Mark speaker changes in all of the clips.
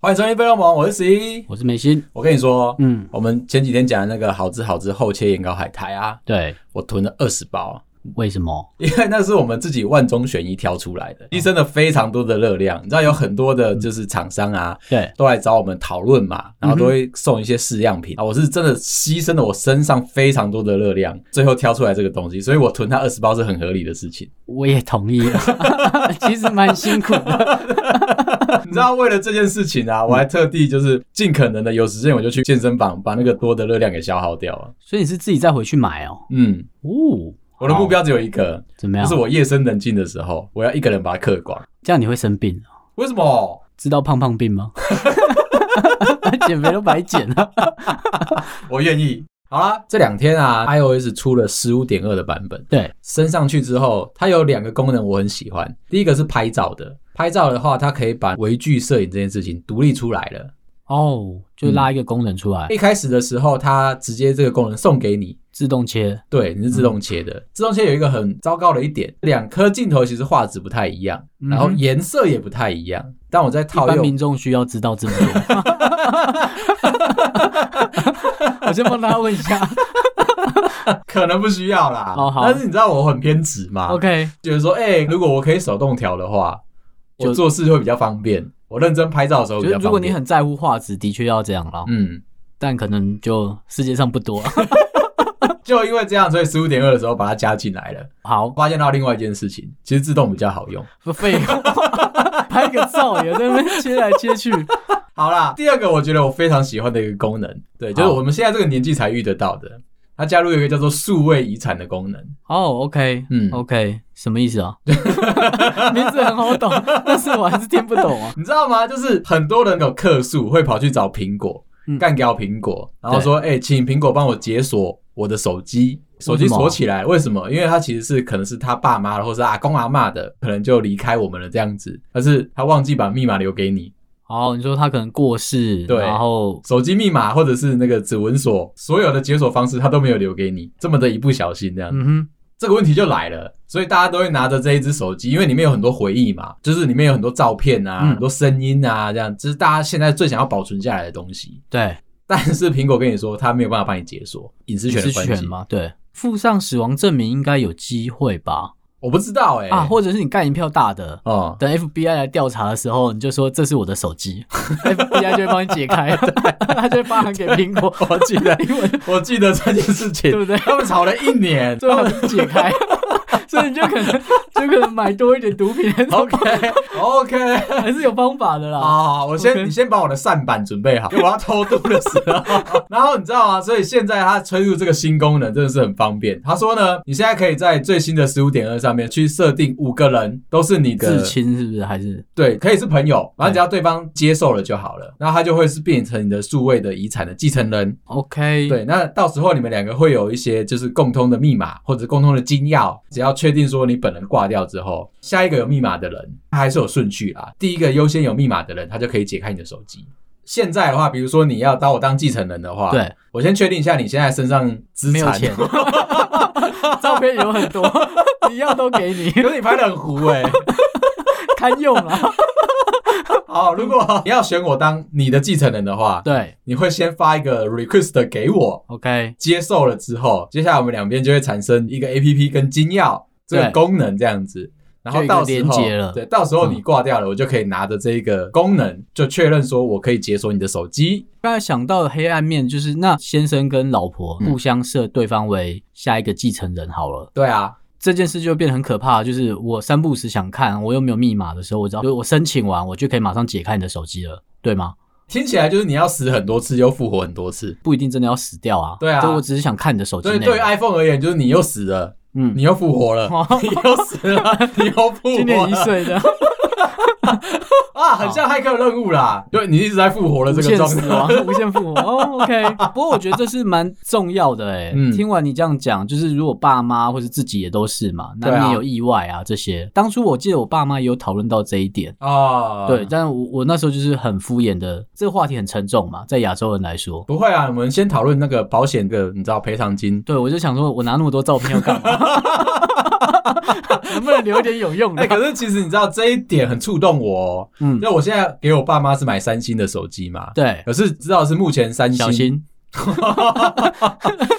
Speaker 1: 欢迎收听飞龙王，我是十一。
Speaker 2: 我是梅心，
Speaker 1: 我跟你说，哦
Speaker 2: 嗯，
Speaker 1: 我们前几天讲的那个好吃好吃厚切盐糕海苔啊，
Speaker 2: 对，
Speaker 1: 我囤了二十包，啊
Speaker 2: 为什么？
Speaker 1: 因为那是我们自己万中选一挑出来的，牺牲了非常多的热量。你知道有很多的就是厂商啊，
Speaker 2: 对，
Speaker 1: 都来找我们讨论嘛，然后都会送一些试样品、啊。我是真的牺牲了我身上非常多的热量，最后挑出来这个东西，所以我囤它二十包是很合理的事情。
Speaker 2: 我也同 意了，其实蛮辛苦的，
Speaker 1: 你知道，为了这件事情啊，我还特地就是尽可能的有时间我就去健身房，把那个多的热量给消耗掉了。
Speaker 2: 所以你是自己再回去买哦。
Speaker 1: 嗯，
Speaker 2: 哦，
Speaker 1: 我的目
Speaker 2: 好
Speaker 1: 标只有一个，
Speaker 2: 怎么
Speaker 1: 就
Speaker 2: 样
Speaker 1: 是？我夜深人静的时候，我要一个人把它嗑光。
Speaker 2: 这样你会生病，啊
Speaker 1: 为什么？
Speaker 2: 知道胖胖病 吗？减肥都白减啊了。
Speaker 1: 我愿意。好啦，这两天啊，iOS 出了十五点二的版本，
Speaker 2: 对，
Speaker 1: 升上去之后，它有两个功能我很喜欢。第一个是拍照的，拍照的话，它可以把微距摄影这件事情独立出来了。
Speaker 2: 哦，就拉一个功能出来，
Speaker 1: 一开始的时候，它直接这个功能送给你，
Speaker 2: 自动切。
Speaker 1: 对，你是自动切的。
Speaker 2: 嗯
Speaker 1: 自动切有一个很糟糕的一点，两颗镜头其实画质不太一样，
Speaker 2: 嗯哼
Speaker 1: 然后颜色也不太一样。但我在
Speaker 2: 一
Speaker 1: 套
Speaker 2: 般
Speaker 1: 用
Speaker 2: 民众需要知道这 么多。我先帮大家问一下
Speaker 1: 可能不需要啦，
Speaker 2: 哦好
Speaker 1: 但是你知道我很偏执嘛
Speaker 2: ，OK，
Speaker 1: 觉得说，哎、如果我可以手动调的话，我
Speaker 2: 就
Speaker 1: 做事会比较方便。我认真拍照的时候
Speaker 2: 就
Speaker 1: 比
Speaker 2: 是
Speaker 1: 较方便。
Speaker 2: 如果你很在乎画质，的确要这样啦。
Speaker 1: 嗯，
Speaker 2: 但可能就世界上不 多。
Speaker 1: 就因为这样，所以十五点二的时候把它加进来了。
Speaker 2: 好
Speaker 1: 我，发现到另外一件事情，其实自动比较好用。
Speaker 2: 不废话，拍个照也在那边切来切去。
Speaker 1: 好啦，第二个我觉得我非常喜欢的一个功能，对，就是我们现在这个年纪才遇得到的，它加入一个叫做数位遗产的功能。
Speaker 2: 哦、o k
Speaker 1: 嗯
Speaker 2: 嗯，OK，什么意思啊？ 名字很好懂，但是我还是听不懂啊。
Speaker 1: 你知道吗？就是很多人有客诉，会跑去找苹果
Speaker 2: 嗯，
Speaker 1: 干掉苹果，然后说：“哎、请苹果帮我解锁我的手机。”手机
Speaker 2: 为什么
Speaker 1: 锁起来，为什么？因为他其实是可能是他爸妈或是阿公阿嬷的，可能就离开我们了这样子，但是他忘记把密码留给你，
Speaker 2: 哦，你说他可能过世，
Speaker 1: 对
Speaker 2: 然后
Speaker 1: 手机密码或者是那个指纹锁，所有的解锁方式他都没有留给你，这么的一不小心这样，
Speaker 2: 嗯哼，
Speaker 1: 这个问题就来了。所以大家都会拿着这一只手机，因为里面有很多回忆嘛，就是里面有很多照片啊，
Speaker 2: 嗯
Speaker 1: 很多声音啊，这样，这、是大家现在最想要保存下来的东西。
Speaker 2: 对，
Speaker 1: 但是苹果跟你说，它没有办法帮你解锁隐私权的
Speaker 2: 是
Speaker 1: 关系
Speaker 2: 权嘛，对，附上死亡证明应该有机会吧？
Speaker 1: 我不知道哎、
Speaker 2: 啊，或者是你干一票大的。
Speaker 1: 哦、
Speaker 2: 等 FBI 来调查的时候，你就说这是我的手机 ，FBI 就会帮你解开， 他就会发函给苹果，
Speaker 1: 我记得，
Speaker 2: 因为
Speaker 1: 我记得这件事
Speaker 2: 对
Speaker 1: 情，
Speaker 2: 不对？
Speaker 1: 他们吵了一年。
Speaker 2: 最后是 解开，所以你就可能就可能买多一点毒品，
Speaker 1: OK OK，
Speaker 2: 还是有方法的
Speaker 1: 好
Speaker 2: 啦。
Speaker 1: 好，好我先
Speaker 2: OK
Speaker 1: 你先把我的扇板准备好，因为我要偷渡的时 候。然后你知道吗？啊所以现在它推出这个新功能真的是很方便。他说呢，你现在可以在最新的十五点二上面去设定五个人都是嗯你的
Speaker 2: 至亲是不是？还是
Speaker 1: 对，可以是朋友，反正只要对方接受了就好了，然后他就会是变成你的数位的遗产的继承人。
Speaker 2: OK？，
Speaker 1: 对，那到时候你们两个会有一些就是共通的密码或者共通的金钥，只要确定说你本人挂掉之后，下一个有密码的人，他还是有顺序啦。第一个优先有密码的人，他就可以解开你的手机。现在的话，比如说你要把我当继承人的话，
Speaker 2: 对，
Speaker 1: 我先确定一下你现在身上资产，
Speaker 2: 没有钱照片 有很多，你要都给你
Speaker 1: 可是 你拍的很糊哎、
Speaker 2: 堪用啊了。
Speaker 1: 好，如果你要选我当你的继承人的话，
Speaker 2: 对
Speaker 1: 你会先发一个 request 给我，
Speaker 2: ，OK，
Speaker 1: 接受了之后，接下来我们两边就会产生一个 A P P 跟金钥这个
Speaker 2: 对
Speaker 1: 功能这样子。然后到时
Speaker 2: 就有一个连
Speaker 1: 候
Speaker 2: 接了
Speaker 1: 对，到时候你挂掉了，我就可以拿着这个功能，就确认说我可以解锁你的手机。
Speaker 2: 刚才想到的黑暗面就是，那先生跟老婆
Speaker 1: 嗯
Speaker 2: 互相设对方为下一个继承人好了。
Speaker 1: 对啊，
Speaker 2: 这件事就变得很可怕，就是我三不五时想看，我又没有密码的时候，我只要就是我申请完，我就可以马上解开你的手机了，对吗？
Speaker 1: 听起来就是你要死很多次，又复活很多次。
Speaker 2: 不一定真的要死掉啊。
Speaker 1: 对啊
Speaker 2: 这我只是想看你的手机
Speaker 1: 所以
Speaker 2: 内
Speaker 1: 对于
Speaker 2: 容。
Speaker 1: iPhone 而言，就是你又死了，
Speaker 2: 嗯
Speaker 1: 你，又复活 了，你又死了，你又复活了。
Speaker 2: 今年一岁 的
Speaker 1: 啊，很像骇客任务啦，就你一直在复活了
Speaker 2: 无
Speaker 1: 这
Speaker 2: 限
Speaker 1: 个状
Speaker 2: 死
Speaker 1: 态。
Speaker 2: 亡、 无限复活。哦，OK。不 过我觉得这是蛮重要的哎、
Speaker 1: 嗯
Speaker 2: 听完你这样讲，就是如果爸妈或是自己也都是嘛，
Speaker 1: 对啊
Speaker 2: 难免有意外啊这些。当初我记得我爸妈也有讨论到这一点。
Speaker 1: 啊，
Speaker 2: 对，但我我那时候就是很敷衍的，这个话题很沉重嘛，在亚洲人来说，
Speaker 1: 不会啊，我们先讨论那个保险的，你知道赔偿金
Speaker 2: 对我就想说，我拿那么多照片要干嘛？ 能不能留一点有用 的
Speaker 1: 哎、？可是其实你知道这一点很触动我、哦。
Speaker 2: 嗯，
Speaker 1: 那我现在给我爸妈是买三星的手机嘛，
Speaker 2: 对，
Speaker 1: 可是知道是目前三
Speaker 2: 小
Speaker 1: 星
Speaker 2: 心，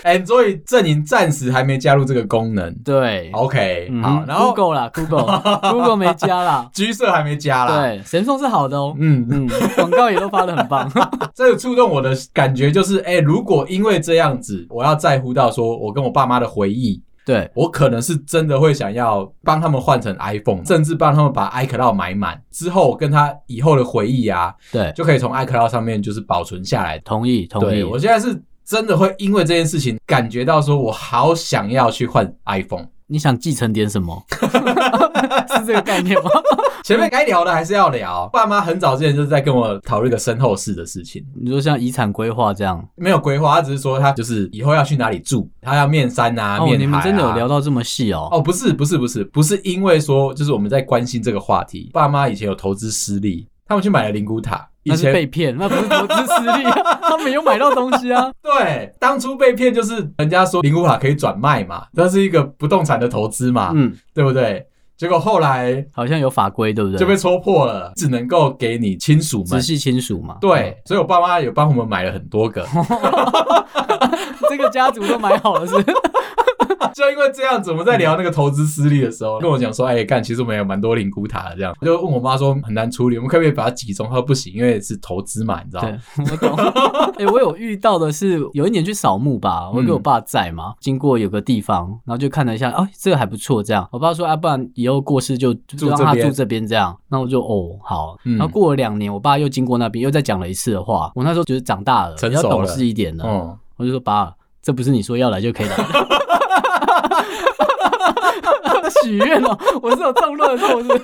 Speaker 1: Android 阵营暂时还没加入这个功能。
Speaker 2: 对，
Speaker 1: OK，、
Speaker 2: 嗯
Speaker 1: 好，然后
Speaker 2: Google 啦，Google，Google 没加啦，
Speaker 1: G 社还没加啦。，
Speaker 2: 对，Samsung 是好的哦，
Speaker 1: 嗯，
Speaker 2: 嗯，广告也都发的很 棒，
Speaker 1: 这个触动我的感觉就是，哎、如果因为这样子，我要在乎到说我跟我爸妈的回忆，
Speaker 2: 对，
Speaker 1: 我可能是真的会想要帮他们换成 iPhone，甚至帮他们把 iCloud 买满之后，我跟他以后的回忆啊，
Speaker 2: 对，
Speaker 1: 就可以从 iCloud 上面就是保存下来。
Speaker 2: 同意，同
Speaker 1: 对
Speaker 2: 意，
Speaker 1: 我现在是真的会因为这件事情感觉到说，我好想要去换 iPhone。
Speaker 2: 你想继承点什 么？是这个概念吗？
Speaker 1: 前面该聊的还是要聊，爸妈很早之前就是在跟我讨论一个身后事的事情，
Speaker 2: 你说像遗产规划这样，
Speaker 1: 没有规划，他只是说他就是以后要去哪里住，他要面山啊，
Speaker 2: 哦，
Speaker 1: 面海、啊。
Speaker 2: 你们真的有聊到这么细哦？
Speaker 1: 哦，不是，不是，不是，不是因为说就是我们在关心这个话题。爸妈以前有投资失利，他们去买了灵骨塔，以
Speaker 2: 那是
Speaker 1: 前
Speaker 2: 被骗，那不是投资失 利啊，他没有买到东西啊。
Speaker 1: 对当初被骗，就是人家说灵骨塔可以转卖嘛，那是一个不动产的投资嘛，
Speaker 2: 嗯，
Speaker 1: 对不对？结果后来
Speaker 2: 好像有法规，对不对？
Speaker 1: 就被戳破了，只能够给你亲属
Speaker 2: 直
Speaker 1: 们。
Speaker 2: 系亲属嘛。
Speaker 1: 对，所以我爸妈有帮我们买了很多个，
Speaker 2: 嗯， 这个家族都买好了是不是？
Speaker 1: 就因为这样子，我们在聊那个投资失利的时候，跟我讲说，哎、干，其实我们有蛮多灵骨塔的，这样，我就问我妈说很难处理，我们可不可以把它集中？她说不行，因为是投资嘛，你知道吗？
Speaker 2: 对， 我懂。 哎、我有遇到的是有一年去扫墓吧，我
Speaker 1: 嗯
Speaker 2: 跟我爸在嘛，经过有个地方，然后就看了一下，哦，这个还不错，这样。我爸说，啊，不然以后过世就就
Speaker 1: 住
Speaker 2: 让
Speaker 1: 这
Speaker 2: 他
Speaker 1: 边
Speaker 2: 住这边这样。那我就哦好，
Speaker 1: 嗯
Speaker 2: 然后过了两年，我爸又经过那边，又再讲了一次的话。我那时候就是长大了，
Speaker 1: 成
Speaker 2: 比较
Speaker 1: 熟
Speaker 2: 懂
Speaker 1: 了
Speaker 2: 事一点了，
Speaker 1: 嗯，
Speaker 2: 我就说爸，这不是你说要来就可以来的。 许愿哦，我是有中乐透是不是？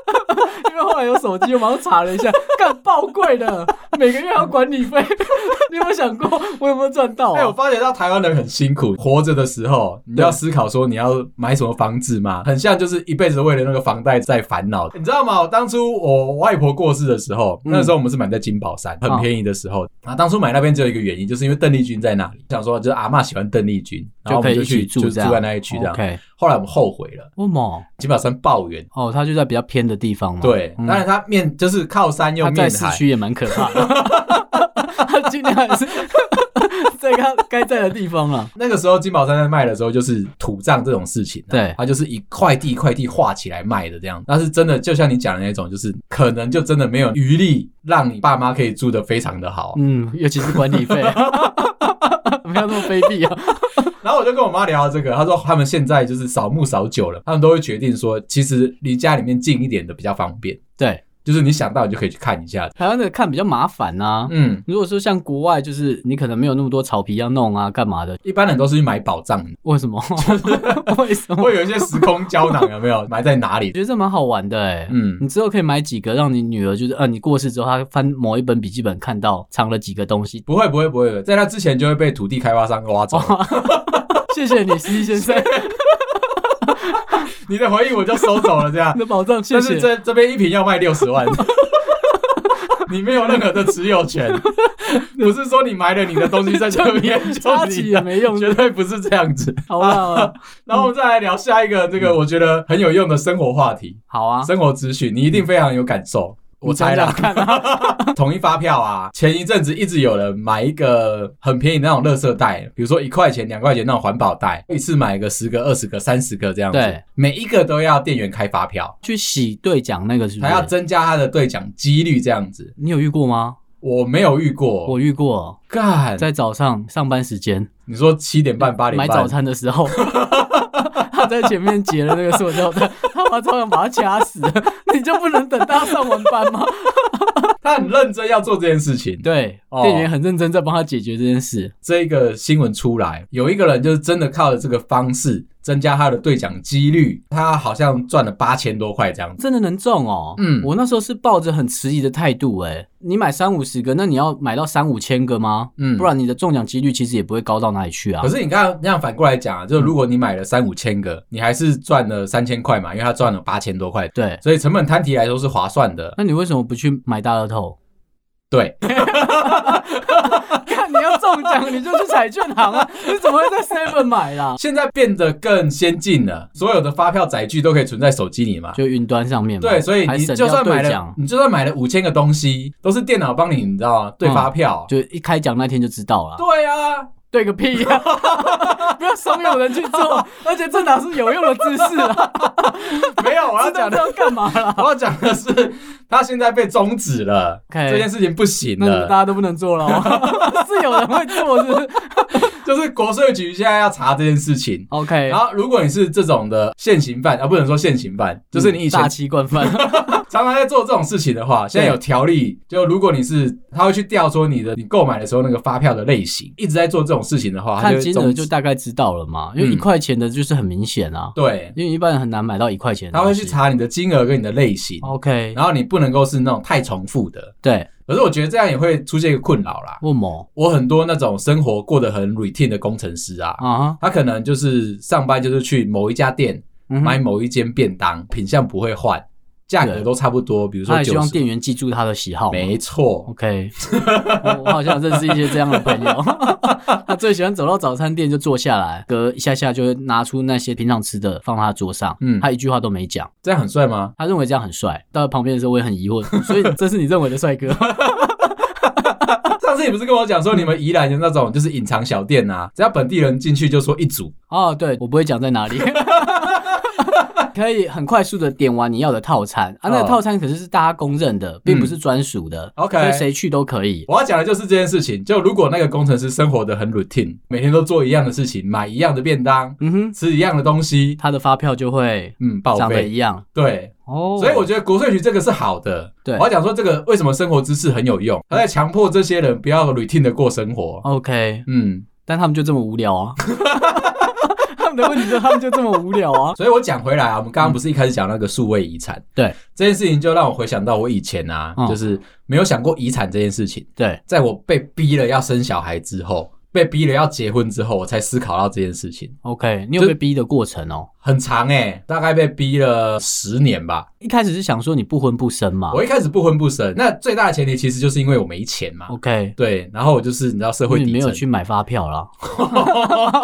Speaker 2: 因为后来有手机，我马上查了一下，干爆贵的，每个月还要管理费。 你有没有想过我有没有赚到、
Speaker 1: 哎、我
Speaker 2: 啊？
Speaker 1: 发觉到台湾人很辛苦，活着的时候你要思考说你要买什么房子嘛，很像就是一辈子为了那个房贷在烦恼。你知道吗？我当初我外婆过世的时候，
Speaker 2: 嗯哦
Speaker 1: 那时候我们是买在金宝山，很便宜的时候。啊，当初买那边只有一个原因，就是因为邓丽君在那里，想说就是阿嬷喜欢邓丽君，然后我
Speaker 2: 可
Speaker 1: 们
Speaker 2: 以
Speaker 1: 就
Speaker 2: 一
Speaker 1: 去
Speaker 2: 起
Speaker 1: 就
Speaker 2: 住
Speaker 1: 住
Speaker 2: 这样，
Speaker 1: 在那一区这样。
Speaker 2: OK，
Speaker 1: 后来我们后悔了，
Speaker 2: 为什么？
Speaker 1: 金宝山抱怨。
Speaker 2: 哦，他就在比较偏的地方嘛。
Speaker 1: 对，
Speaker 2: 嗯
Speaker 1: 当然它面就是靠山又
Speaker 2: 他在
Speaker 1: 面
Speaker 2: 市
Speaker 1: 海，
Speaker 2: 区也蛮可怕的。 他尽量还是 在他该在的地方啊了。
Speaker 1: 那个时候金宝山在卖的时候，就是土葬这种事情、啊，
Speaker 2: 对
Speaker 1: 它就是一块地一块地划起来卖的这样。但是真的就像你讲的那种，就是可能就真的没有余力让你爸妈可以住得非常的好。啊
Speaker 2: 嗯，尤其是管 理费，不要那么卑鄙啊！
Speaker 1: 然后我就跟我妈聊到这个，她说他们现在就是扫墓扫久了，他们都会决定说，其实离家里面近一点的比较方便，
Speaker 2: 对，
Speaker 1: 就是你想到你就可以去看一下。
Speaker 2: 台湾的看比较麻烦呐、
Speaker 1: 嗯，
Speaker 2: 如果说像国外，就是你可能没有那么多草皮要弄啊，干嘛的？
Speaker 1: 一般人都是去买宝藏，
Speaker 2: 为 什么？为什么？
Speaker 1: 会有一些时空胶囊，有没有埋在哪
Speaker 2: 我
Speaker 1: 里？
Speaker 2: 觉得这蛮好玩的哎、
Speaker 1: 嗯
Speaker 2: 你之后可以买几个，让你女儿就是，呃，你过世之后，她翻某一本笔记本看到藏了几个东 西。
Speaker 1: 不会不会不会，在那之前就会被土地开发商挖走。
Speaker 2: 哦谢谢你，司机先生，
Speaker 1: 你的回忆我就收走了，这样
Speaker 2: 你。的保障，谢
Speaker 1: 但是
Speaker 2: 谢。
Speaker 1: 这这边一瓶要卖六十 万，你没有任何的持有 权，不是说你埋了你的东西在这边就
Speaker 2: 插
Speaker 1: 你
Speaker 2: 旗也
Speaker 1: 的，
Speaker 2: 没用，
Speaker 1: 绝对不是这样子。啊
Speaker 2: 好啦好啦，
Speaker 1: 然后我们再来聊下一个这个我觉得很有用的生活话题、
Speaker 2: 好啊，嗯
Speaker 1: 生活资讯，你一定非常有感受。 我猜
Speaker 2: 了
Speaker 1: 啦，
Speaker 2: 看啊，
Speaker 1: 统一发票啊，前一阵子一直有人买一个很便宜的那种垃圾袋，比如说一块钱、两块钱那种环保袋，一次买个十个、二十个、三十个这样子
Speaker 2: 对，
Speaker 1: 每一个都要店员开发票。
Speaker 2: 去洗兑奖那个是不
Speaker 1: 还要
Speaker 2: 是？
Speaker 1: 增加他的兑奖几率这样子。
Speaker 2: 你有遇过吗？
Speaker 1: 我没有遇过，
Speaker 2: 我遇过，
Speaker 1: 干，
Speaker 2: 在早上上班时间
Speaker 1: 你说七点半八点
Speaker 2: 买
Speaker 1: 半
Speaker 2: 早，餐的时候， 他在前面截了那个塑料袋，他妈超想把他掐死了， 你就不能等到他上完班吗？
Speaker 1: 他很认真要做这件事情。
Speaker 2: 对，
Speaker 1: 哦
Speaker 2: 店员很认真在帮他解决这件事，
Speaker 1: 这个新闻出来，有一个人就是真的靠着这个方式增加他的兑奖几率，他好像赚了八千多块这样子。
Speaker 2: 真的能中哦。
Speaker 1: 嗯
Speaker 2: 我那时候是抱着很迟疑的态度、欸，你买三五十个，那你要买到三五千个吗？
Speaker 1: 嗯
Speaker 2: 不然你的中奖几率其实也不会高到哪里去啊
Speaker 1: 可。是你看那样反过来讲啊，就是如果你买了三五千个，你还是赚了三千块嘛，因为他赚了八千多块，
Speaker 2: 对，
Speaker 1: 所以成本摊提来说是划算的。
Speaker 2: 那你为什么不去 买大乐透？
Speaker 1: 对，
Speaker 2: 看你要中奖，你就去海券行 啊，你怎么会在 Seven 买啦？
Speaker 1: 现在变得更先进了，所有的发票载具都可以存在手机里嘛。
Speaker 2: 就云端上面嘛，
Speaker 1: 对，所以
Speaker 2: 还
Speaker 1: 你
Speaker 2: 省
Speaker 1: 就
Speaker 2: 掉
Speaker 1: 算买
Speaker 2: 兑
Speaker 1: 了
Speaker 2: 奖，，
Speaker 1: 你就算买了五千个东西，都是电脑帮你，你知道吗？对
Speaker 2: 嗯
Speaker 1: 发票。
Speaker 2: 就一开奖那天就知道了。
Speaker 1: 对啊，
Speaker 2: 对个屁呀、不要怂恿人去做，而且这哪是有用的知识 啊？
Speaker 1: 没有， 我要
Speaker 2: 知道
Speaker 1: 讲的，
Speaker 2: 这要干嘛啦？
Speaker 1: 我要讲的是，他现在被终止了
Speaker 2: OK
Speaker 1: 这件事情不行
Speaker 2: 那你们
Speaker 1: 了。
Speaker 2: 大家都不能做了、哦， 是有人会做是不是
Speaker 1: 就是国税局现在要查这件事情。
Speaker 2: ？OK，
Speaker 1: 然后，如果你是这种的现行犯啊，不能说现行犯，就是你以前
Speaker 2: 嗯
Speaker 1: 啊
Speaker 2: 大器惯犯，
Speaker 1: 常常在做这种事情的话，现在有条例，就如果你是他会去调说你的你购买的时候那个发票的类型，一直在做这种事情的话，他
Speaker 2: 看
Speaker 1: 就会
Speaker 2: 金额
Speaker 1: 终
Speaker 2: 就
Speaker 1: 止。
Speaker 2: 大概知道了嘛，因为
Speaker 1: 嗯
Speaker 2: 一块钱的就是很明显啊，
Speaker 1: 对，
Speaker 2: 因为一般人很难买到一块钱的
Speaker 1: 他
Speaker 2: 东
Speaker 1: 会
Speaker 2: 西。
Speaker 1: 去查你的金额跟你的类型，
Speaker 2: OK，
Speaker 1: 然后你不能够是那种太重复的。
Speaker 2: 对，
Speaker 1: 可是我觉得这样也会出现一个困扰啦。
Speaker 2: 问某
Speaker 1: 我很多那种生活过得很 routine 的工程师啊，
Speaker 2: 啊哈，
Speaker 1: 他可能就是上班就是去某一家店
Speaker 2: 嗯哼
Speaker 1: 买某一间便当，品相不会换，价格
Speaker 2: 对
Speaker 1: 都差不多，比如
Speaker 2: 他
Speaker 1: 说
Speaker 2: 也希
Speaker 1: 九
Speaker 2: 望
Speaker 1: 十。
Speaker 2: 店员记住他的喜好嘛。
Speaker 1: 没错，
Speaker 2: OK，我我好像认识一些这样的朋友， 他最喜欢走到早餐店就坐下来，隔一下下就会拿出那些平常吃的放他桌上，
Speaker 1: 嗯
Speaker 2: 他一句话都没讲，
Speaker 1: 这样很帅吗？
Speaker 2: 他认为这样很帅。到旁边的时候我也很疑惑，所以这是你认为的帅哥？
Speaker 1: 上次你不是跟我讲说你们宜兰的那种就是隐藏小店啊，只要本地人进去就说一组，
Speaker 2: 哦，对，我不会讲在哪里。 可以很快速的点完你要的套餐啊，那
Speaker 1: 哦嗯
Speaker 2: 个套餐可是是大家公认的，并不是专属的、
Speaker 1: OK
Speaker 2: 所以谁去都可以。
Speaker 1: 我要讲的就是这件事情。就如果那个工程师生活的很 routine，每天都做一样的事情，买一样的便当，
Speaker 2: 嗯哼，
Speaker 1: 吃一样的东西，
Speaker 2: 他的发票就会
Speaker 1: 嗯，报
Speaker 2: 长得
Speaker 1: 废。
Speaker 2: 一样
Speaker 1: 对，
Speaker 2: 哦
Speaker 1: 所以我觉得国税局这个是好的。
Speaker 2: 对
Speaker 1: 我要讲说这个为什么生活知识很有用，他在强迫这些人不要 routine 的过生
Speaker 2: 哦
Speaker 1: 活。
Speaker 2: OK，
Speaker 1: 嗯，
Speaker 2: 但他们就这么无聊 啊。他们的问题就是他们就这么无聊啊。
Speaker 1: 所以我讲回来啊，我们刚刚不是一开始讲那个数位遗产，
Speaker 2: 对
Speaker 1: 这件事情就让我回想到我以前啊，
Speaker 2: 嗯
Speaker 1: 就是没有想过遗产这件事情。
Speaker 2: 对，
Speaker 1: 在我被逼了要生小孩之后，被逼了要结婚之后，我才思考到这件事情，
Speaker 2: OK，你有被逼的过程哦。
Speaker 1: 很长哎、大概被逼了十年吧。
Speaker 2: 一开始是想说你不婚不生嘛
Speaker 1: 我一开始不婚不生，那最大的前提其实就是因为我没钱嘛。
Speaker 2: ，OK，
Speaker 1: 对，然后我就是你知道社
Speaker 2: 哦因为
Speaker 1: 会
Speaker 2: 你
Speaker 1: 底
Speaker 2: 没有
Speaker 1: 层，
Speaker 2: 去买发票啦。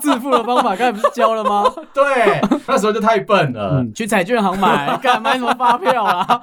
Speaker 2: 致富的方法刚才不是教了吗？
Speaker 1: 对，那时候就太笨了。
Speaker 2: 嗯，去彩券行 买，干买什么发票 啦？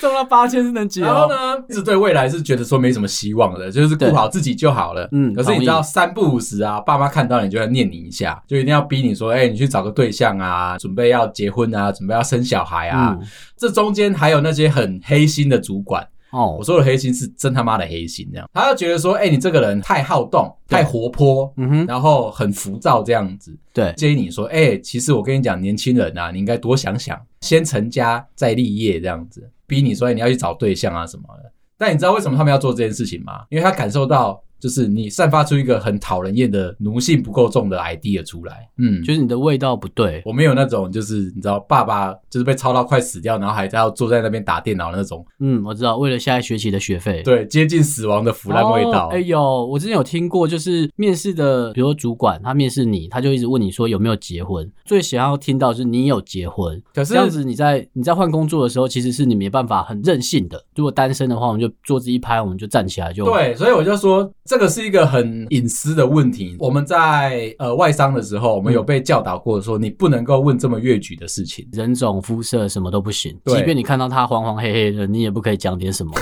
Speaker 2: 中到八千是能解
Speaker 1: 然后
Speaker 2: 哦。
Speaker 1: 呢，一直对未来是觉得说没什么希望的，就是顾
Speaker 2: 对
Speaker 1: 好自己就好了。
Speaker 2: 嗯
Speaker 1: 可是你知道三不五时啊，爸妈看到你就要念你一下，就一定要逼你说，哎、你去找个对象啊，准备要结婚啊，准备要生小孩啊。
Speaker 2: 嗯
Speaker 1: 这中间还有那些很黑心的主管，我
Speaker 2: 哦，
Speaker 1: 说的黑心是真他妈的黑心，这样他就觉得说，哎、你这个人太好动、
Speaker 2: 对
Speaker 1: 太活泼，
Speaker 2: 嗯哼，
Speaker 1: 然后很浮躁这样子，
Speaker 2: 对，
Speaker 1: 建议你说，哎、其实我跟你讲，年轻人啊，你应该多想想，先成家再立业这样子，逼你说、哎你要去找对象啊什么的。但你知道为什么他们要做这件事情吗？因为他感受到。就是你散发出一个很讨人厌的奴性不够重的 idea 出来，嗯，
Speaker 2: 就是你的味道不对。
Speaker 1: 我没有那种就是你知道爸爸就是被操到快死掉，然后还在要坐在那边打电脑的那种，
Speaker 2: 嗯，我知道，为了下一学期的学费。
Speaker 1: 对，接近死亡的腐烂味道。
Speaker 2: 哦哎呦，我之前有听过，就是面试的，比如说主管他面试你，他就一直问你说有没有结婚，最想要听到就是你有结婚。
Speaker 1: 可是
Speaker 2: 这样子你在你在换工作的时候，其实是你没办法很任性的。如果单身的话，我们就桌子一拍，我们就站起来就。
Speaker 1: 对，所以我就说这个是一个很隐私的问题。我们在呃外商的时候，我们有被教导过说你不能够问这么越矩的事情。
Speaker 2: 人种、肤色什么都不行，
Speaker 1: 对
Speaker 2: 即便你看到他黄黄黑黑的，你也不可以讲 点什么，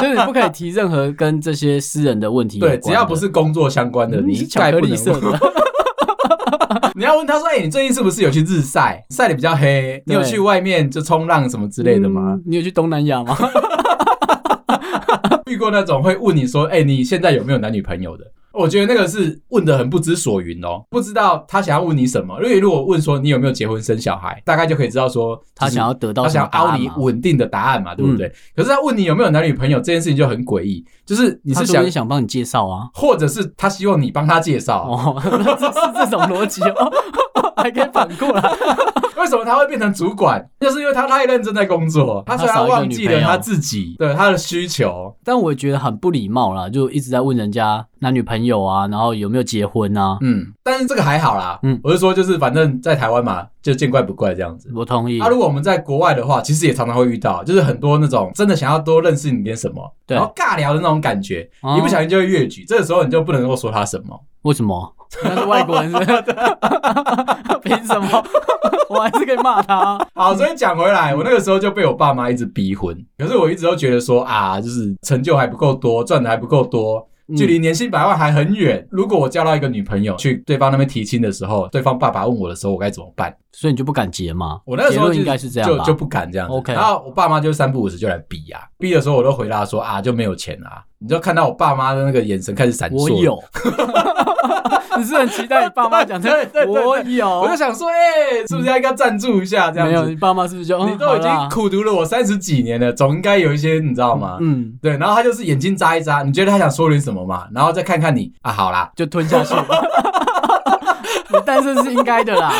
Speaker 2: 就是你不可以提任何跟这些私人的问题有
Speaker 1: 对，
Speaker 2: 关的
Speaker 1: 只要不是工作相关的，
Speaker 2: 嗯
Speaker 1: 你
Speaker 2: 是
Speaker 1: 一
Speaker 2: 巧
Speaker 1: 概
Speaker 2: 克
Speaker 1: 不
Speaker 2: 力
Speaker 1: 能
Speaker 2: 色
Speaker 1: 问。
Speaker 2: 的，
Speaker 1: 你要问他说：“哎、你最近是不是有去日晒？晒得比较黑，你有
Speaker 2: 对
Speaker 1: 去外面就冲浪什么之类的吗
Speaker 2: 嗯？”你有去东 南亚吗？
Speaker 1: 遇过那种会问你说：“哎、你现在有没有男女朋友的？”我觉得那个是问的很不知所云哦，不知道他想要问你什么。因为如果问说你有没有结婚生小孩，大概就可以知道说
Speaker 2: 他想要得到
Speaker 1: 他
Speaker 2: 什
Speaker 1: 想
Speaker 2: 么
Speaker 1: 要
Speaker 2: 答
Speaker 1: 凹
Speaker 2: 案
Speaker 1: 你
Speaker 2: 吗？嗯
Speaker 1: 稳定的答案嘛，对不对？可是他问你有没有男女朋友这件事情就很诡异，就是你
Speaker 2: 他
Speaker 1: 是
Speaker 2: 说
Speaker 1: 想
Speaker 2: 不定，想帮你介绍啊。哦
Speaker 1: 或者是他希望你帮他介绍，
Speaker 2: 哦，这是这种逻辑哦。 还可以反过来。
Speaker 1: 为什么他会变成主管？ 就是因为他太认真在工
Speaker 2: 哦
Speaker 1: 作，他虽然忘记了他自己对他的需求，
Speaker 2: 但我觉得很不礼貌啦，就一直在问人家男女朋友啊，然后有没有结婚啊。
Speaker 1: 嗯，但是这个还好啦，嗯
Speaker 2: 嗯，
Speaker 1: 我是说就是反正在台湾嘛，就见怪不怪这样子。
Speaker 2: 我同意
Speaker 1: 啊，，如果我们在国外的话，其实也常常会遇到，就是很多那种真的想要多认识你点什么，
Speaker 2: 对
Speaker 1: 然后尬聊的那种感觉，
Speaker 2: 哦
Speaker 1: 一不小心就会越举，这个时候你就不能够说他什么。
Speaker 2: 为什么？那是外国人是不是？ 凭什么？ 我还是可以骂他啊。
Speaker 1: 好，所以讲回
Speaker 2: 嗯
Speaker 1: 来，我那个时候就被我爸妈一直逼婚，可是我一直都觉得说啊，就是成就还不够多，赚的还不够多。
Speaker 2: 嗯
Speaker 1: 距离年薪百万还很远。如果我交到一个女朋友，去对方那边提亲的时候，对方爸爸问我的时候，我该怎么办？
Speaker 2: 所以你就不敢结嘛？
Speaker 1: 我那个时候
Speaker 2: 结论
Speaker 1: 就
Speaker 2: 应该是这样
Speaker 1: 就
Speaker 2: 吧
Speaker 1: 就不敢这样子。
Speaker 2: OK
Speaker 1: 然后我爸妈就三不五时就来逼啊，逼的时候我都回答说啊，就没有钱啊。你就看到我爸妈的那个眼神开始闪烁。
Speaker 2: 我有，你是很期待你爸妈讲这
Speaker 1: 对对对
Speaker 2: 个？
Speaker 1: 对
Speaker 2: 我有
Speaker 1: 我就，想说，哎、是不是要应该赞助一下这样
Speaker 2: 没有，
Speaker 1: 子？
Speaker 2: 你爸妈是不是就嗯
Speaker 1: 你都已
Speaker 2: 好啦
Speaker 1: 经苦读了我三十几年了，总应该有一些你知道吗？
Speaker 2: 嗯，
Speaker 1: 对，然后他就是眼睛眨一眨，你觉得他想说点什么嘛？然后再看看你啊，好啦，
Speaker 2: 就吞 下去。你单身是应该的啦，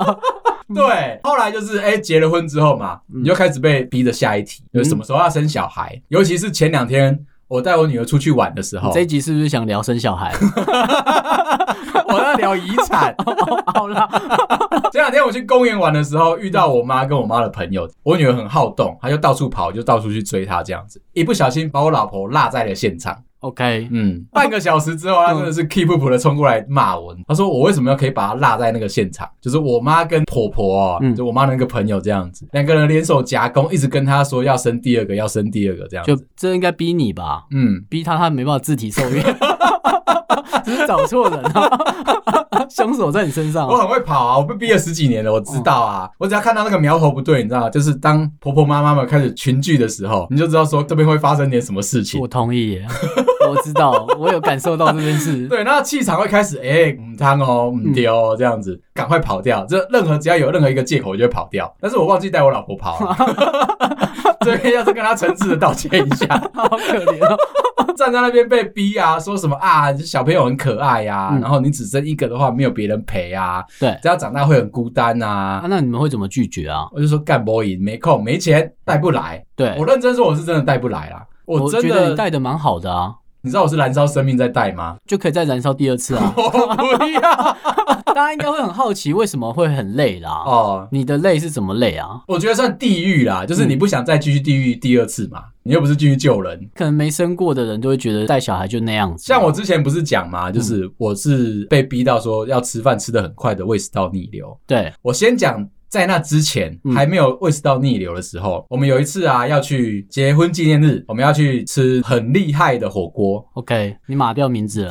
Speaker 1: 嗯对，后来就是哎、结了婚之后嘛，你就开始被逼着下一题，就是什么时候要生小孩，尤其是前两天。我带我女儿出去玩的时候，
Speaker 2: 这一集是不是想聊生小孩？
Speaker 1: 我在聊遗 产。哦
Speaker 2: 好啦，
Speaker 1: 前两天我去公园玩的时候，遇到我妈跟我妈的朋友，我女儿很好动，她就到处跑，就到处去追她这样子，一不小心把我老婆落在了现场。
Speaker 2: ，OK，
Speaker 1: 嗯，半个小时之后，他真的
Speaker 2: 嗯
Speaker 1: 是 keep up 的冲过来骂我。他说我为什么要可以把他落在那个现场？就是我妈跟婆婆、哦，
Speaker 2: 嗯
Speaker 1: 就我妈那个朋友这样子，两个人联手夹攻，一直跟他说要生第二个，要生第二个这样
Speaker 2: 就
Speaker 1: 子。
Speaker 2: 这应该逼你吧？
Speaker 1: 嗯，
Speaker 2: 逼他，他没办法自体受 孕，只是找错人啊， 凶手在你身上、
Speaker 1: 我
Speaker 2: 啊。
Speaker 1: 很会跑啊，我被逼了十几年了，我知道
Speaker 2: 哦
Speaker 1: 啊。我只要看到那个苗头不对，你知道吗？就是当婆婆妈妈们开始群聚的时候，你就知道说这边会发生点什么事情
Speaker 2: 我。同意耶，我知道，我有感受到这件事。
Speaker 1: 对，那气场会开始，哎、唔汤哦，
Speaker 2: 嗯
Speaker 1: 唔丢哦，这样子，赶快跑掉。这任何只要有任何一个借口，我就会跑掉。但是我忘记带我老婆跑 了， 这边要是跟她诚挚的道歉一下。
Speaker 2: 好可怜哦，
Speaker 1: 站在那边被逼啊，说什么啊，小朋友很可爱呀、啊，
Speaker 2: 嗯
Speaker 1: 然后你只生一个的话，没有别人陪啊，
Speaker 2: 对
Speaker 1: 这样长大会很孤单啊。
Speaker 2: 啊，那你们会怎么拒绝啊？
Speaker 1: 我就说干波赢，没空，没钱，带不来。
Speaker 2: 对，
Speaker 1: 我认真说，我是真的带不来啦。我真
Speaker 2: 觉得
Speaker 1: 的，
Speaker 2: 你带的蛮好的啊，
Speaker 1: 你知道我是燃烧生命在带吗？
Speaker 2: 就可以再燃烧第二次 啊。
Speaker 1: 我不要
Speaker 2: 大家应该会很好奇，为什么会很累啦？
Speaker 1: 哦，
Speaker 2: 你的累是怎么累啊？
Speaker 1: 我觉得算地狱啦，就是你不想再继续地狱第二次嘛，你又不是继续救人。
Speaker 2: 可能没生过的人都会觉得带小孩就那样子。啊
Speaker 1: 像我之前不是讲嘛，就是我是被逼到说要吃饭吃的很快的胃食道逆流。
Speaker 2: 对，
Speaker 1: 我先讲，在那之前
Speaker 2: 嗯
Speaker 1: 还没有胃食道逆流的时候，我们有一次啊要去结婚纪念日，我们要去吃很厉害的火锅，
Speaker 2: OK，你码掉名字 了。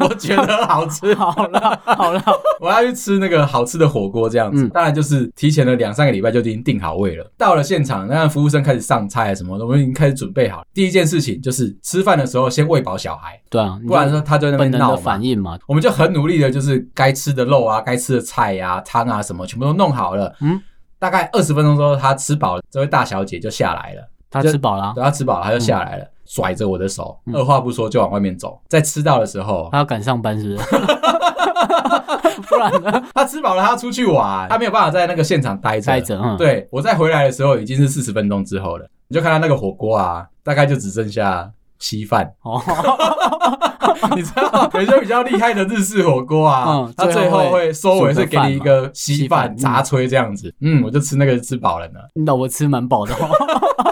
Speaker 1: 我觉得好吃，
Speaker 2: 好了好了，
Speaker 1: 我要去吃那个好吃的火锅，这样子，
Speaker 2: 嗯
Speaker 1: 当然就是提前了两三个礼拜就已经定好位了。到了现场，那服务生开始上菜什么的，我们已经开始准备好了。第一件事情就是吃饭的时候先喂饱小孩，
Speaker 2: 对啊，你
Speaker 1: 不然说他就在那边
Speaker 2: 本能
Speaker 1: 闹
Speaker 2: 的
Speaker 1: 嘛
Speaker 2: 反应嘛。
Speaker 1: 我们就很努力的，就是该吃的肉啊、该吃的菜呀、汤啊什么，全部都弄好了。嗯
Speaker 2: 嗯，
Speaker 1: 大概二十分钟之后，她吃饱了，这位大小姐就下来了。
Speaker 2: 他
Speaker 1: 就
Speaker 2: 吃饱啦，
Speaker 1: 等她吃饱了，她就下来了，
Speaker 2: 嗯
Speaker 1: 甩着我的手，二话不说就往外面走。在吃到的时候，
Speaker 2: 他要赶上班是不是？不然呢？
Speaker 1: 她吃饱了，她要出去玩，她没有办法在那个现场待着。
Speaker 2: 待着，嗯，
Speaker 1: 对我再回来的时候已经是四十分钟之后了，你就看到那个火锅啊，大概就只剩下稀 饭，
Speaker 2: 哦，
Speaker 1: 你知道有些比较厉害的日式火锅啊
Speaker 2: 嗯，
Speaker 1: 它最后会收尾是给你一个稀
Speaker 2: 煮个
Speaker 1: 饭
Speaker 2: 饭
Speaker 1: 杂
Speaker 2: 嘛
Speaker 1: 炊这样子，嗯，我就吃那个吃饱了呢，
Speaker 2: 你老婆吃蛮饱的哦。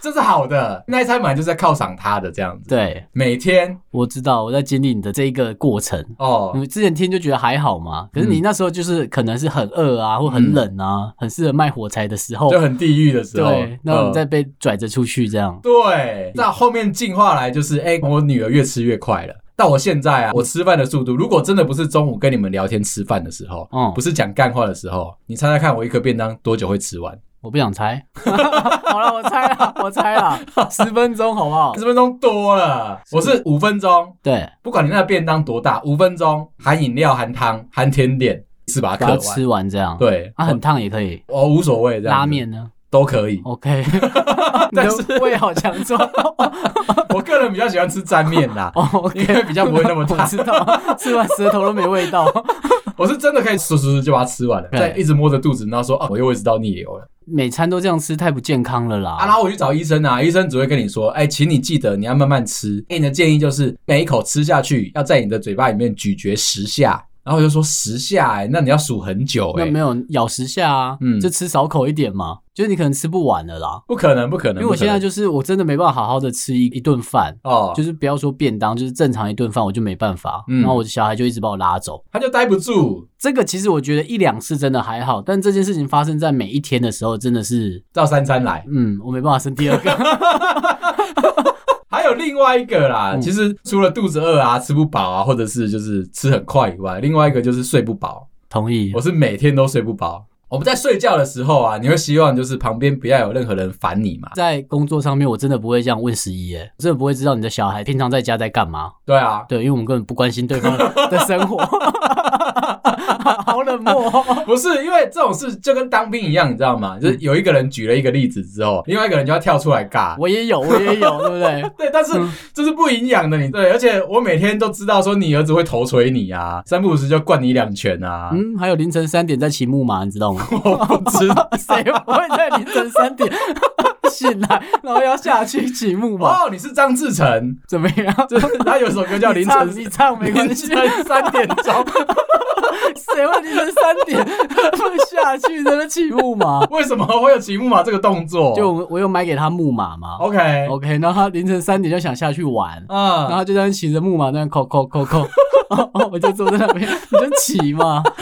Speaker 1: 这是好的，那一餐本来就是在犒赏他的这样子，
Speaker 2: 对，
Speaker 1: 每天
Speaker 2: 我知道，我在经历你的这一个过程。
Speaker 1: 哦
Speaker 2: 你。们之前听就觉得还好嘛，
Speaker 1: 嗯
Speaker 2: 可是你那时候就是可能是很饿啊，或很冷啊，很适合卖火柴的时候
Speaker 1: 就。很地狱的时候，
Speaker 2: 对，那我
Speaker 1: 嗯
Speaker 2: 们再被拽着出去 这样。
Speaker 1: 对，那后面进化来就是，哎、我女儿越吃越快了。到我现在啊，我吃饭的速度，如果真的不是中午跟你们聊天吃饭的时候，
Speaker 2: 嗯
Speaker 1: 不是讲干话的时候，你猜猜看，我一颗便当多久会吃完？
Speaker 2: 我不想猜。 好了，我猜了，我猜 了，十分钟好不好？
Speaker 1: 十分钟多了，我是五分钟，
Speaker 2: 对，
Speaker 1: 不管你那个便当多大，五分钟含饮料、含汤、含甜点，是把它
Speaker 2: 把它
Speaker 1: 嗑完。
Speaker 2: 吃完这样。，
Speaker 1: 对，
Speaker 2: 啊，很烫也可以。
Speaker 1: 我无所谓，这样子
Speaker 2: 拉面哦呢
Speaker 1: 都可以。
Speaker 2: ？OK，你
Speaker 1: 但是
Speaker 2: 的胃好强 壮。
Speaker 1: 我个人比较喜欢吃沾面啦
Speaker 2: ，哦，OK，
Speaker 1: 因为比较不会那么
Speaker 2: 我
Speaker 1: 烫。
Speaker 2: 知道，吃完舌头都没味道。
Speaker 1: 我是真的可以嗖嗖嗖就把它吃完了，
Speaker 2: 对
Speaker 1: 再一直摸着肚子，然后说啊，我又胃食道逆流了
Speaker 2: 每餐都这样吃太不健康了啦。
Speaker 1: 啊，然后我去找医生啊，医生只会跟你说，哎、请你记得你要慢慢吃，给你的建议就是每一口吃下去要在你的嘴巴里面咀嚼十下，然后我就说十下、哎，那你要数很久、
Speaker 2: 那
Speaker 1: 哎，
Speaker 2: 没有咬十下啊，
Speaker 1: 嗯
Speaker 2: 就吃少口一点嘛，就是你可能吃不完了啦。
Speaker 1: 不可能，嗯不可能，
Speaker 2: 因为我现在
Speaker 1: 就
Speaker 2: 就是我真的没办法好好的吃一一顿饭，
Speaker 1: 哦，
Speaker 2: 就是不要说便当，就是正常一顿饭我就没办法。
Speaker 1: 嗯
Speaker 2: 然后我的小孩就一直把我拉走。
Speaker 1: 他就待不住，
Speaker 2: 这个其实我觉得一两次真的还好，但这件事情发生在每一天的时候，真的是，
Speaker 1: 照三餐来。
Speaker 2: 嗯，我没办法生第 二个。
Speaker 1: 还有另外一个啦，
Speaker 2: 嗯
Speaker 1: 其实除了肚子饿啊、吃不饱啊，或者是就是吃很快以外，另外一个就是睡不饱。
Speaker 2: 同意
Speaker 1: 我，是每天都睡不饱。我们在睡觉的时候啊，你会希望就是旁边不要有任何人烦你嘛？
Speaker 2: 在工作上面我真的不会这样问十一耶，我真的不会知道你的小孩平常在家在干嘛。
Speaker 1: 对啊，
Speaker 2: 对，因为我们根本不关心对方的生 活，好冷漠哦。
Speaker 1: 不是因为这种事就跟当兵一样，你知道
Speaker 2: 嗯
Speaker 1: 吗？就是有一个人举了一个例子之后，另外一个人就要跳出来尬。
Speaker 2: 我也有，我也有，对不对？
Speaker 1: 对，但是
Speaker 2: 嗯
Speaker 1: 这是不营养的，你对，而且我每天都知道说你儿子会头锤你啊，三不五时就灌你两拳啊，
Speaker 2: 嗯，还有凌晨三点在骑木马，你知 道吗？
Speaker 1: 我不知 道。
Speaker 2: 谁不会在凌晨三 点醒来，然后要下去骑 木马？
Speaker 1: 哦，你是张志成，
Speaker 2: 怎么样？
Speaker 1: 就是他有一首歌叫《凌晨
Speaker 2: 你唱你唱没关
Speaker 1: 凌
Speaker 2: 系，
Speaker 1: 晨三点钟》，
Speaker 2: 谁会凌晨三点下去在那骑木马？
Speaker 1: 为什么会有骑木马这个动作？
Speaker 2: 就我我有买给他木马嘛
Speaker 1: OK，
Speaker 2: ，OK，然后他凌晨三点就想下去玩，
Speaker 1: 啊，
Speaker 2: 然后就在那骑着木马在那扣扣扣扣， 哦哦我就坐在那边， 你就骑嘛。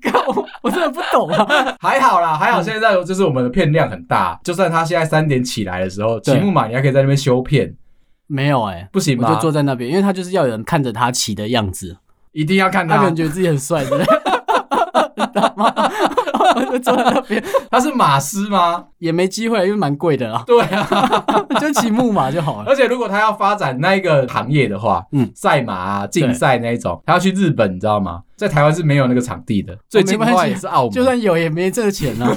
Speaker 2: 干我我真的不懂啊！
Speaker 1: 还好啦，还好现在就是我们的片量很大，就算他现在三点起来的时候，骑
Speaker 2: 对
Speaker 1: 木马你还可以在那边修片，
Speaker 2: 没有哎、
Speaker 1: 不行
Speaker 2: 我
Speaker 1: 吗？
Speaker 2: 就坐在那边，因为他就是要有人看着他骑的样子，
Speaker 1: 一定要看
Speaker 2: 他可
Speaker 1: 他
Speaker 2: 能，觉得自己很帅之类的，你知道吗？我就坐在那边，
Speaker 1: 他是马师吗？
Speaker 2: 也没机会，因为蛮贵的啊，
Speaker 1: 对啊，
Speaker 2: 就骑木马就好了。
Speaker 1: 而且如果他要发展那一个行业的话，嗯
Speaker 2: 嗯，
Speaker 1: 赛马啊、竞赛那一种，他要去日本，你知道吗？在台湾是没有那个场地的，最近的
Speaker 2: 哦没
Speaker 1: 话
Speaker 2: 关系
Speaker 1: 也是澳门。
Speaker 2: 就算有也没这个钱啊。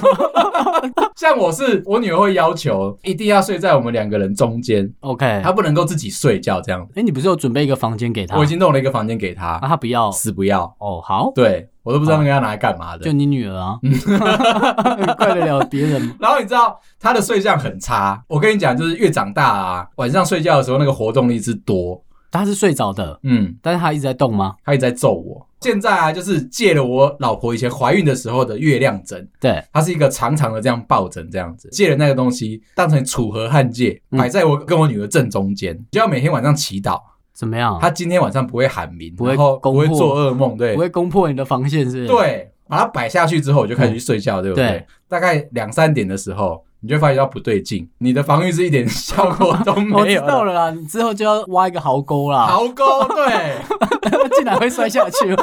Speaker 1: 像我是我女儿会要求一定要睡在我们两个人中间，
Speaker 2: OK，哎
Speaker 1: 她、不能够自己睡觉这样子。
Speaker 2: 你不是有准备一个房间给他？
Speaker 1: 我已经弄了一个房间给她，
Speaker 2: 啊，他不 要
Speaker 1: 死不要。
Speaker 2: 哦，好，
Speaker 1: 对嗯我都不知道那个要拿来干嘛的
Speaker 2: 就。你女儿啊， 怪得了别人吗？
Speaker 1: 然后你知道他的睡相很差，我跟你讲，就是越长大啊，晚上睡觉的时候那个活动力之多，
Speaker 2: 他是睡着的，
Speaker 1: 嗯，
Speaker 2: 但是他一直在动吗？
Speaker 1: 他一直在揍我。现在啊，就是借了我老婆以前怀孕的时候的月亮枕，
Speaker 2: 对，
Speaker 1: 它是一个长长的这样抱枕这样子，借了那个东西当成楚河汉界，
Speaker 2: 嗯
Speaker 1: 摆在我跟我女儿正中间，就要每天晚上祈祷，
Speaker 2: 怎么样？
Speaker 1: 她今天晚上不会喊名，
Speaker 2: 不会
Speaker 1: 然后不
Speaker 2: 攻
Speaker 1: 会
Speaker 2: 破
Speaker 1: 做噩梦，对
Speaker 2: 不，会攻破你的防线是不是？，
Speaker 1: 对，把它摆下去之后，我就开始去睡
Speaker 2: 嗯
Speaker 1: 觉，对不对？
Speaker 2: 对
Speaker 1: 大概两三点的时候，你就会发觉到不对劲，你的防御是一点效果都
Speaker 2: 我
Speaker 1: 没
Speaker 2: 哦知
Speaker 1: 有
Speaker 2: 道
Speaker 1: 了。
Speaker 2: 了啦，你之后就要挖一个壕沟啦，
Speaker 1: 壕沟，对
Speaker 2: 竟然会摔下去，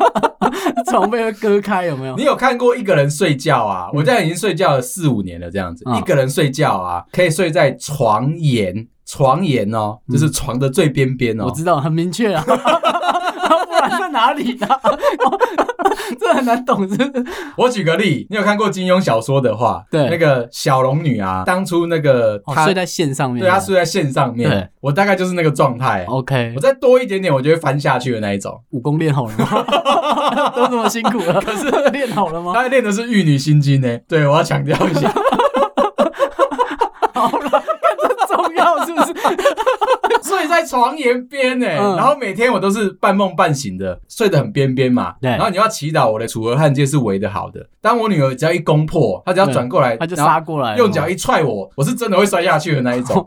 Speaker 2: 床被会割开有没有
Speaker 1: 你？有看过一个人睡觉啊？我现在已经睡觉了四五年了，这样子，
Speaker 2: 嗯
Speaker 1: 一个人睡觉啊，可以睡在床沿，床沿哦，就是床的最边边哦
Speaker 2: 嗯我。知道，很明确啊。 不然在哪里呢？ 这很难懂，是不是？
Speaker 1: 我举个例，你有看过金庸小说的话，
Speaker 2: 对
Speaker 1: 那个小龙女啊，当初那个
Speaker 2: 哦，
Speaker 1: 她
Speaker 2: 睡，在线上面
Speaker 1: 对
Speaker 2: 的。
Speaker 1: 她睡在线上面
Speaker 2: 对，哦
Speaker 1: 我大概就是那个状态。
Speaker 2: OK，
Speaker 1: 我再多一点点，我就会翻下去的那一种。
Speaker 2: 武功练好了吗？ 都这么辛苦了，可是练好了吗？
Speaker 1: 他练的是《玉女心经》呢，对我要强调一下，
Speaker 2: 好了，看这重要是不是？
Speaker 1: 睡在床沿边呢，
Speaker 2: 嗯
Speaker 1: 然后每天我都是半梦半醒的，睡得很边边嘛。
Speaker 2: 对
Speaker 1: 然后你要祈祷我的楚河汉界是围得好的。当我女儿只要一攻破，她只要转过来，
Speaker 2: 他就
Speaker 1: 然后
Speaker 2: 杀过来了，
Speaker 1: 用脚一踹我，我是真的会摔下去的那一 种。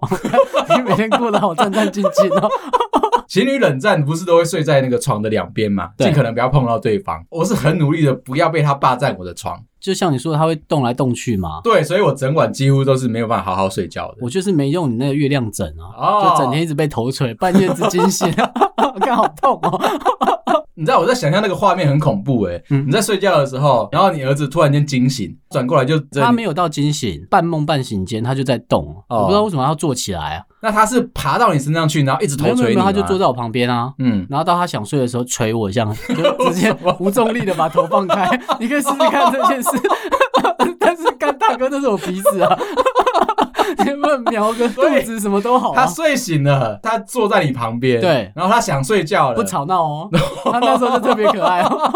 Speaker 2: 你每天过得好战战兢兢哦。
Speaker 1: 情侣冷战不是都会睡在那个床的两边嘛，
Speaker 2: 对
Speaker 1: 尽可能不要碰到对方。我是很努力的，不要被他霸占我的床。
Speaker 2: 就像你说，他会动来动去嘛。
Speaker 1: 对，所以我整晚几乎都是没有办法好好睡觉的。
Speaker 2: 我就是没用你那个月亮枕啊，
Speaker 1: 哦
Speaker 2: 就整天一直被头锤，半夜之 惊醒，看好痛哦。
Speaker 1: 你知道我在想象那个画面很恐怖哎、
Speaker 2: 嗯
Speaker 1: 你在睡觉的时候，然后你儿子突然间惊醒，转过来就这
Speaker 2: 他
Speaker 1: 里
Speaker 2: 没有到惊醒，半梦半醒间他就在动，
Speaker 1: 哦
Speaker 2: 我不知道为什么他要坐起来啊。
Speaker 1: 那他是爬到你身上去，然后一直
Speaker 2: 没
Speaker 1: 头
Speaker 2: 有没
Speaker 1: 锤
Speaker 2: 有没
Speaker 1: 你
Speaker 2: 有，
Speaker 1: 吗
Speaker 2: 他就坐在我旁边啊。
Speaker 1: 嗯，
Speaker 2: 然后到他想睡的时候捶我 一下，就直接无重力的把头放开。 你可以试试看这件事，但是干大哥，这是我鼻子啊，问苗跟肚子什么都好、啊，
Speaker 1: 他睡醒了，他坐在你旁边，
Speaker 2: 对
Speaker 1: 然后他想睡觉了，
Speaker 2: 不吵闹哦。他那时候就特别可 爱哦。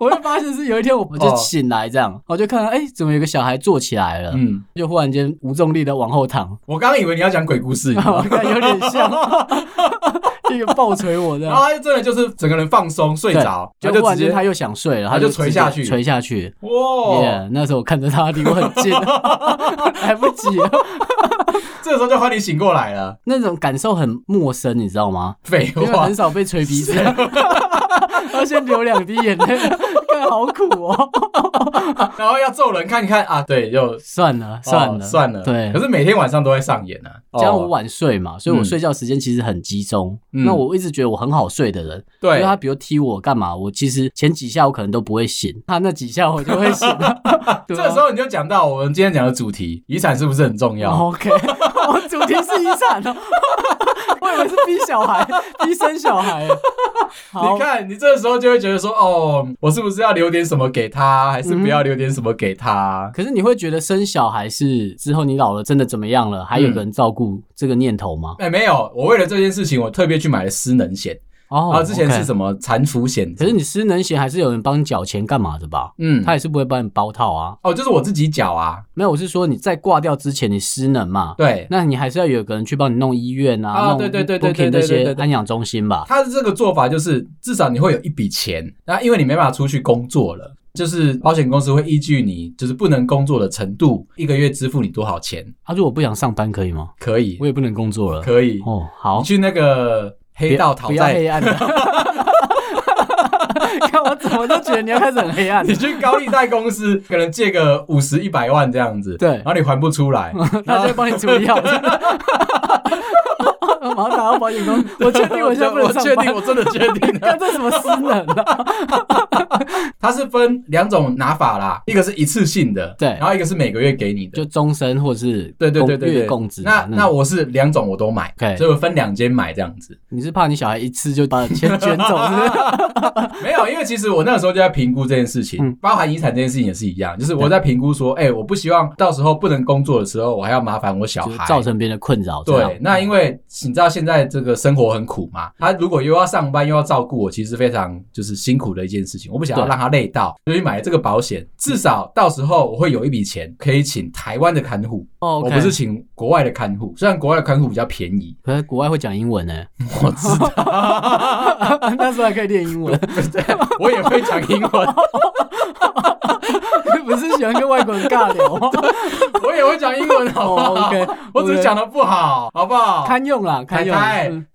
Speaker 2: 我会发现是有一天我我就醒来这样，我就看到哎、怎么有个小孩坐起来了，
Speaker 1: 哦嗯，
Speaker 2: 就忽然间无重力的往 后躺，
Speaker 1: 我刚刚以为你要讲鬼故 事，你知道吗
Speaker 2: 我看有点像 一个暴捶我这
Speaker 1: 然后
Speaker 2: 样，
Speaker 1: 他就真的就是整个人放松睡着，他
Speaker 2: 就
Speaker 1: 直
Speaker 2: 忽然间
Speaker 1: 接
Speaker 2: 他又想睡了，
Speaker 1: 他就
Speaker 2: 就
Speaker 1: 垂下去哦
Speaker 2: 垂下去。
Speaker 1: 哇，
Speaker 2: 耶！那时候我看着他离我很 近，来不及了，
Speaker 1: 这个时候就换你醒过来了，
Speaker 2: 那种感受很陌生，你知道吗？
Speaker 1: 废
Speaker 2: 因为
Speaker 1: 话
Speaker 2: 很，少被吹鼻子， 要先流两滴眼泪， 看好苦哦。
Speaker 1: 然后要揍人，看一看啊，对，就
Speaker 2: 算了， 算
Speaker 1: 哦
Speaker 2: 了，
Speaker 1: 算了，
Speaker 2: 对
Speaker 1: 可，是每天晚上都会上演啊，
Speaker 2: 加上
Speaker 1: 哦
Speaker 2: 我晚睡嘛，所以我睡觉时间其实很集中。
Speaker 1: 嗯
Speaker 2: 那我一直觉得我很好睡的人，因
Speaker 1: 对
Speaker 2: 为，他比如踢我干嘛，我其实前几下我可能都不会醒，他那几下我就会醒。
Speaker 1: 这
Speaker 2: 对
Speaker 1: 时候你就讲到我们今天讲的主题，遗产是不是很重要？
Speaker 2: o k 哦我主题是遗产哦， 我以为是逼小孩，逼生小 孩。好
Speaker 1: 你，看，你这时候就会觉得说，哦，我是不是要留点什么给他，还是不要留点什么给他？
Speaker 2: 可是你会觉得生小孩是之后你老了真的怎么样了，还
Speaker 1: 嗯
Speaker 2: 有个人照顾这个念头吗？
Speaker 1: 哎、没有，我为了这件事情，我特别去买了失能险。
Speaker 2: 哦
Speaker 1: 然后啊之前
Speaker 2: OK
Speaker 1: 是什么产妇险？
Speaker 2: 可是你失能险还是有人帮你缴钱干嘛的吧？
Speaker 1: 嗯，
Speaker 2: 他也是不会帮你包套啊。
Speaker 1: 哦，就是我自己缴啊。
Speaker 2: 没有，我是说你在挂掉之前你失能嘛，
Speaker 1: 对，
Speaker 2: 那你还是要有个人去帮你弄医院
Speaker 1: 啊
Speaker 2: 啊，弄
Speaker 1: 对对对对
Speaker 2: booking
Speaker 1: 对对
Speaker 2: 这
Speaker 1: 对
Speaker 2: 些
Speaker 1: 对对
Speaker 2: 安养中心吧。
Speaker 1: 他的这个做法就是，至少你会有一笔钱，那因为你没办法出去工作了，就是保险公司会依据你就是不能工作的程度，一个月支付你多少钱，
Speaker 2: 他如果不想上班可以吗？
Speaker 1: 可以
Speaker 2: 我，也不能工作了。
Speaker 1: 可以。
Speaker 2: 哦，好
Speaker 1: 你，去那个黑道讨
Speaker 2: 不要
Speaker 1: 债
Speaker 2: 黑暗了。 看我怎么都觉得你要开始很黑 暗
Speaker 1: 你。去高利贷公司，可能借个五十一百万这样子，
Speaker 2: 对
Speaker 1: 然后你还不出 来，
Speaker 2: 他就会帮你处理好的。 马上打到保险公司，我确定我现在不能
Speaker 1: 我
Speaker 2: 上班。
Speaker 1: 确定，我真的确 定了。
Speaker 2: 看这什么失能啊？
Speaker 1: 它是分两种拿法啦，一个是一次性的，
Speaker 2: 对
Speaker 1: 然后一个是每个月给你的
Speaker 2: 就。终身或者是
Speaker 1: 对对对对
Speaker 2: 公
Speaker 1: 对，
Speaker 2: 月供资
Speaker 1: 那
Speaker 2: 啊。
Speaker 1: 那我是两种我都买
Speaker 2: OK
Speaker 1: 所以我分两间买这样子。
Speaker 2: 你是怕你小孩一次就把钱卷走，是不是？
Speaker 1: 没有，因为其实我那个时候就在评估这件事情
Speaker 2: 嗯，
Speaker 1: 包含遗产这件事情也是一样，就是我在评估说，哎，我不希望到时候不能工作的时候，我还要麻烦我小
Speaker 2: 就是
Speaker 1: 孩，
Speaker 2: 造成别人的困扰。这样
Speaker 1: 对，那因为你知道现在这个生活很苦嘛，他如果又要上班又要照顾我，其实非常就是辛苦的一件事情。我不想要
Speaker 2: 对
Speaker 1: 让他累到，所以买这个保险，至少到时候我会有一笔钱可以请台湾的看护
Speaker 2: 哦，OK
Speaker 1: 我不是请国外的看护。虽然国外的看护比较便 宜，
Speaker 2: 可是国外会讲英 文呢，
Speaker 1: 我知道，
Speaker 2: 那时候还可以练英文，
Speaker 1: 我也会讲英文，
Speaker 2: 不是喜欢跟外国人尬 聊吗？
Speaker 1: 我也会讲英文，好不好
Speaker 2: 哦，OK，
Speaker 1: 我只是讲的不好，好不好？
Speaker 2: 堪用啦，堪用，
Speaker 1: 太太
Speaker 2: 嗯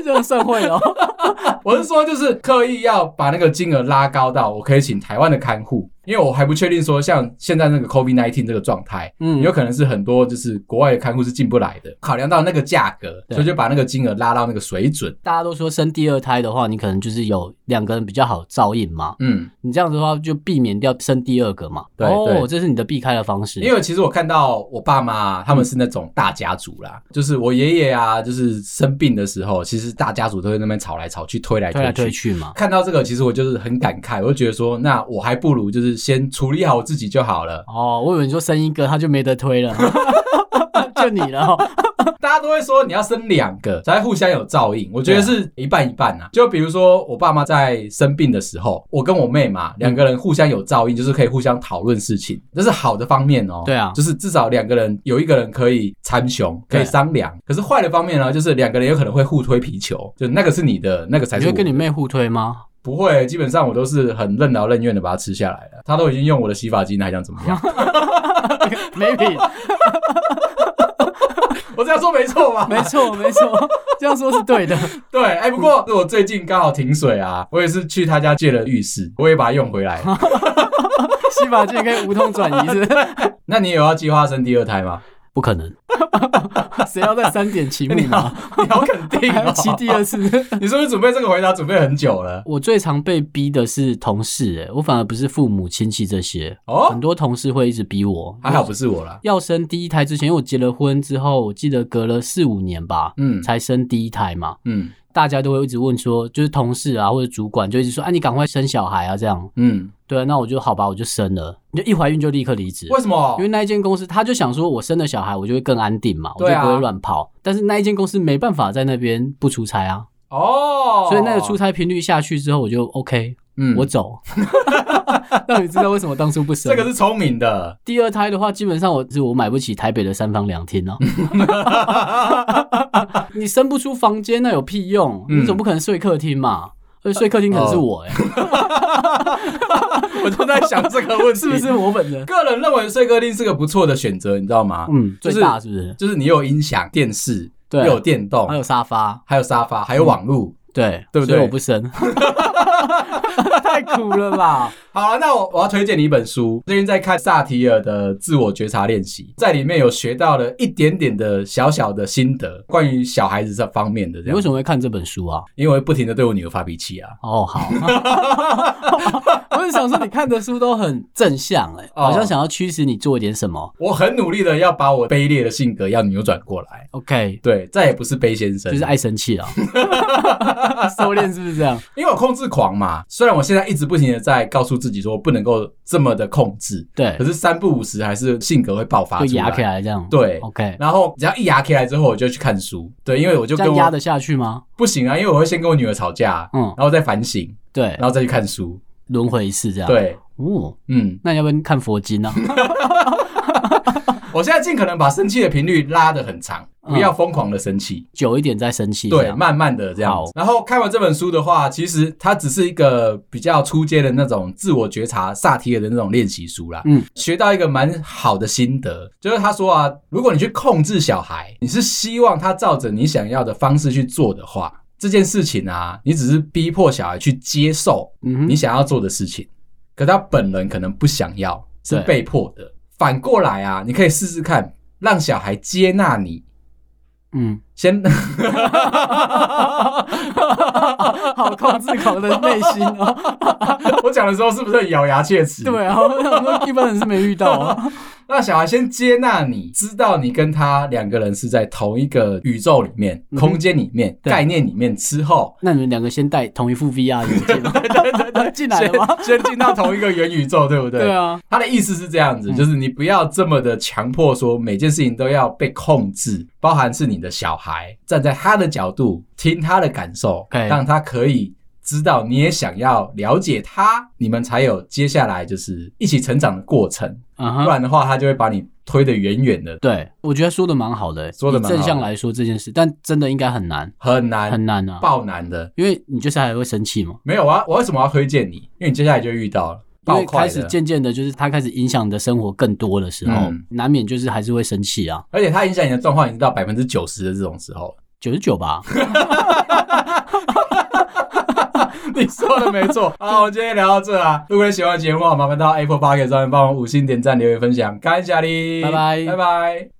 Speaker 2: 这样算会 哦了。
Speaker 1: 我是说，就是刻意要把那个金额拉高到我可以请台湾的看护，因为我还不确定说像现在那个 COVID 1 9这个状态，
Speaker 2: 嗯
Speaker 1: 有可能是很多就是国外的看护是进不来的。考量到那个价格，
Speaker 2: 对
Speaker 1: 所以就把那个金额拉到那个水准。
Speaker 2: 大家都说生第二胎的话，你可能就是有两个人比较好照应嘛。
Speaker 1: 嗯，
Speaker 2: 你这样子的话，就避免掉生第二个嘛。
Speaker 1: 对对
Speaker 2: 哦，这是你的避开的方式。
Speaker 1: 因为其实我看到我爸妈他们是那种大家族啦，就是我爷爷啊，就是生病的时候，其实大家族都会在那边吵来吵去，推来
Speaker 2: 推来
Speaker 1: 推
Speaker 2: 推
Speaker 1: 去。
Speaker 2: 去嘛。
Speaker 1: 看到这个，其实我就是很感慨，我就觉得说，那我还不如就是先处理好我自己就好了。
Speaker 2: 哦，我以为你说生一个他就没得 推了， 就你了哦。
Speaker 1: 大家都会说你要生两个才互相有照应，我觉得
Speaker 2: 对
Speaker 1: 是一半一半啊。就比如说我爸妈在生病的时候，我跟我妹嘛
Speaker 2: 嗯
Speaker 1: 两个人互相有照应，就是可以互相讨论事情，这是好的方面哦。
Speaker 2: 对啊
Speaker 1: 就是至少两个人有一个人可以参雄，可以
Speaker 2: 对
Speaker 1: 商量。可是坏的方面呢，就是两个人有可能会互推皮球，就那个是你的，那个才
Speaker 2: 你
Speaker 1: 是
Speaker 2: 会
Speaker 1: 我
Speaker 2: 跟你
Speaker 1: 的
Speaker 2: 妹互推吗？
Speaker 1: 不会，基本上我都是很任劳任怨的把它吃下来了。他都已经用我的洗发精了，还想怎么 样？
Speaker 2: 没品，
Speaker 1: 我这样说没错吧？
Speaker 2: 没错没错，这样说是对 的。
Speaker 1: 对，哎、不过我最近刚好停水啊，我也是去他家借了浴室，我也把它用回来。
Speaker 2: 洗发精可以无痛转移是不是
Speaker 1: 那你有要计划生第二胎吗？
Speaker 2: 不可能， 谁要在三点起幕
Speaker 1: 你好
Speaker 2: 嘛？，
Speaker 1: 你好肯定
Speaker 2: 还要
Speaker 1: 哦、
Speaker 2: 骑第二次？
Speaker 1: 你是不是准备这个回答准备很久了？
Speaker 2: 我最常被逼的是同事、欸，我反而不是父母亲戚这些。
Speaker 1: 哦
Speaker 2: 很，多同事会一直逼我，
Speaker 1: 还好不是我啦。
Speaker 2: 要生第一胎之前，因为我结了婚之后，我记得隔了四五年吧，
Speaker 1: 嗯
Speaker 2: 才生第一胎嘛。
Speaker 1: 嗯，
Speaker 2: 大家都会一直问说，就是同事啊或者主管就一直说，啊，你赶快生小孩啊这样。
Speaker 1: 嗯，
Speaker 2: 对啊，那我就好吧，我就生了，就一怀孕就立刻离职。
Speaker 1: 为什么
Speaker 2: 因？为那一间公司，他就想说，我生了小孩，我就会更安定嘛，我
Speaker 1: 对
Speaker 2: 就
Speaker 1: 啊
Speaker 2: 不会乱跑。但是那一间公司没办法在那边不出差啊，
Speaker 1: 哦，
Speaker 2: 所以那个出差频率下去之后，我就 OK，、
Speaker 1: 嗯，
Speaker 2: 我走。让你知道为什么当初不生。
Speaker 1: 这个是聪明 的，
Speaker 2: 第二胎的话，基本上我是我买不起台北的三房两厅 啊，你生不出房间那有屁用？
Speaker 1: 嗯哦
Speaker 2: 你总不可能睡客厅嘛？而且睡客厅可能是我哎、
Speaker 1: 我都在想这个问题，
Speaker 2: 是不是？我本人？
Speaker 1: 个人认为睡客厅是个不错的选择，你知道吗？
Speaker 2: 嗯，
Speaker 1: 就
Speaker 2: 最
Speaker 1: 是
Speaker 2: 大是不是？
Speaker 1: 就是你有音响、电视，
Speaker 2: 对
Speaker 1: 又有电动，
Speaker 2: 还有嗯沙发，
Speaker 1: 还有沙发，还有网络。
Speaker 2: 对
Speaker 1: 对不对
Speaker 2: 所以我不生， 太苦了吧？
Speaker 1: 好了，那我我要推荐你一本书，最近在看萨提尔的《自我觉察练习》，在里面有学到了一点点的小小的心得，关于小孩子这方面的这
Speaker 2: 你
Speaker 1: 样
Speaker 2: 为。什么会看这本书啊？
Speaker 1: 因为我会不停的对我女儿发脾气啊，
Speaker 2: 哦， 好，我是想说你看的书都很正向哎、
Speaker 1: 哦
Speaker 2: 好像想要驱使你做一点什么。
Speaker 1: 我很努力的要把我卑劣的性格要扭转过来。
Speaker 2: OK，
Speaker 1: 对，再也不是卑先生，
Speaker 2: 就是爱生气了，哦 收敛是不是这样？
Speaker 1: 因为我控制狂嘛。虽然我现在一直不停的在告诉自己说不能够这么的控制，
Speaker 2: 对
Speaker 1: 可，是三不五时还是性格会爆发
Speaker 2: 就
Speaker 1: 出
Speaker 2: 压起
Speaker 1: 来。
Speaker 2: 来这样。
Speaker 1: 对
Speaker 2: ，OK，
Speaker 1: 然后只要一压起来之后，我就去看书。对，因为我就
Speaker 2: 这
Speaker 1: 跟
Speaker 2: 样压
Speaker 1: 我
Speaker 2: 得下去吗？
Speaker 1: 不行啊，因为我会先跟我女儿吵架，
Speaker 2: 嗯，
Speaker 1: 然后再反省，
Speaker 2: 对
Speaker 1: 然，后再去看书。
Speaker 2: 轮回一次这样。，
Speaker 1: 对，
Speaker 2: 哦，
Speaker 1: 嗯，
Speaker 2: 那要不然看佛经啊呢、
Speaker 1: 我现在尽可能把生气的频率拉得很长，
Speaker 2: 嗯
Speaker 1: 不要疯狂的生气，
Speaker 2: 久一点再生气。这
Speaker 1: 对，
Speaker 2: 样，
Speaker 1: 慢慢的这样
Speaker 2: 啊好
Speaker 1: 子。然后看完这本书的话，其实它只是一个比较初阶的那种自我觉察萨提尔的那种练习书啦。
Speaker 2: 嗯，
Speaker 1: 学到一个蛮好的心得，就是他说啊，如果你去控制小孩，你是希望他照着你想要的方式去做的话。这件事情啊，你只是逼迫小孩去接受
Speaker 2: 嗯
Speaker 1: 你
Speaker 2: 哼，
Speaker 1: 想要做的事情，可他本人可能不想要，是
Speaker 2: 对
Speaker 1: 被迫的。反过来啊，你可以试试看，让小孩接纳你。
Speaker 2: 嗯，
Speaker 1: 先，
Speaker 2: 好控制狂的内心哦。
Speaker 1: 我讲的时候是不是很咬牙切齿？，
Speaker 2: 对啊，我想说一般人是没遇到啊。
Speaker 1: 让小孩先接纳你，知道你跟他两个人是在同一个宇宙里面、
Speaker 2: 嗯哼
Speaker 1: 空间里面、
Speaker 2: 对
Speaker 1: 概念里面之 后，
Speaker 2: 那你们两个先戴同一副 VR 眼镜吗， 进来
Speaker 1: 先
Speaker 2: 了吗？
Speaker 1: 先进到同一个元宇宙，对不对？
Speaker 2: 对啊，
Speaker 1: 他的意思是这样子，
Speaker 2: 嗯
Speaker 1: 就是你不要这么的强迫说每件事情都要被控制，包含是你的小孩站在他的角度听他的感受
Speaker 2: OK
Speaker 1: 让他可以知道你也想要了解他，你们才有接下来就是一起成长的过程，
Speaker 2: 嗯
Speaker 1: 不
Speaker 2: 哼。
Speaker 1: 然的话他就会把你推得远远的，
Speaker 2: 对，我觉得说的蛮好的、欸
Speaker 1: 说得
Speaker 2: 以
Speaker 1: 蛮好的
Speaker 2: 正向来说这件事，但真的应该很难，
Speaker 1: 很难
Speaker 2: 很难啊，
Speaker 1: 爆难的。
Speaker 2: 因为你就是还会生气嘛。
Speaker 1: 没有啊，我为什么要推荐你？因为你接下来就遇到了
Speaker 2: 因
Speaker 1: 爆
Speaker 2: 为
Speaker 1: 快
Speaker 2: 开始
Speaker 1: 的，
Speaker 2: 渐渐的，就是他开始影响你的生活更多的时候，
Speaker 1: 嗯
Speaker 2: 难免就是还是会生气啊，
Speaker 1: 而且它影响你的状况已经到百分之九十的这种时候了。
Speaker 2: 九十九吧。
Speaker 1: 你说的没 错。好，我们今天聊到这啊。如果你喜欢的节目，麻烦到 Apple Podcast 上面帮我们五星点赞、留言、分享，感谢你，
Speaker 2: 拜拜
Speaker 1: 拜拜。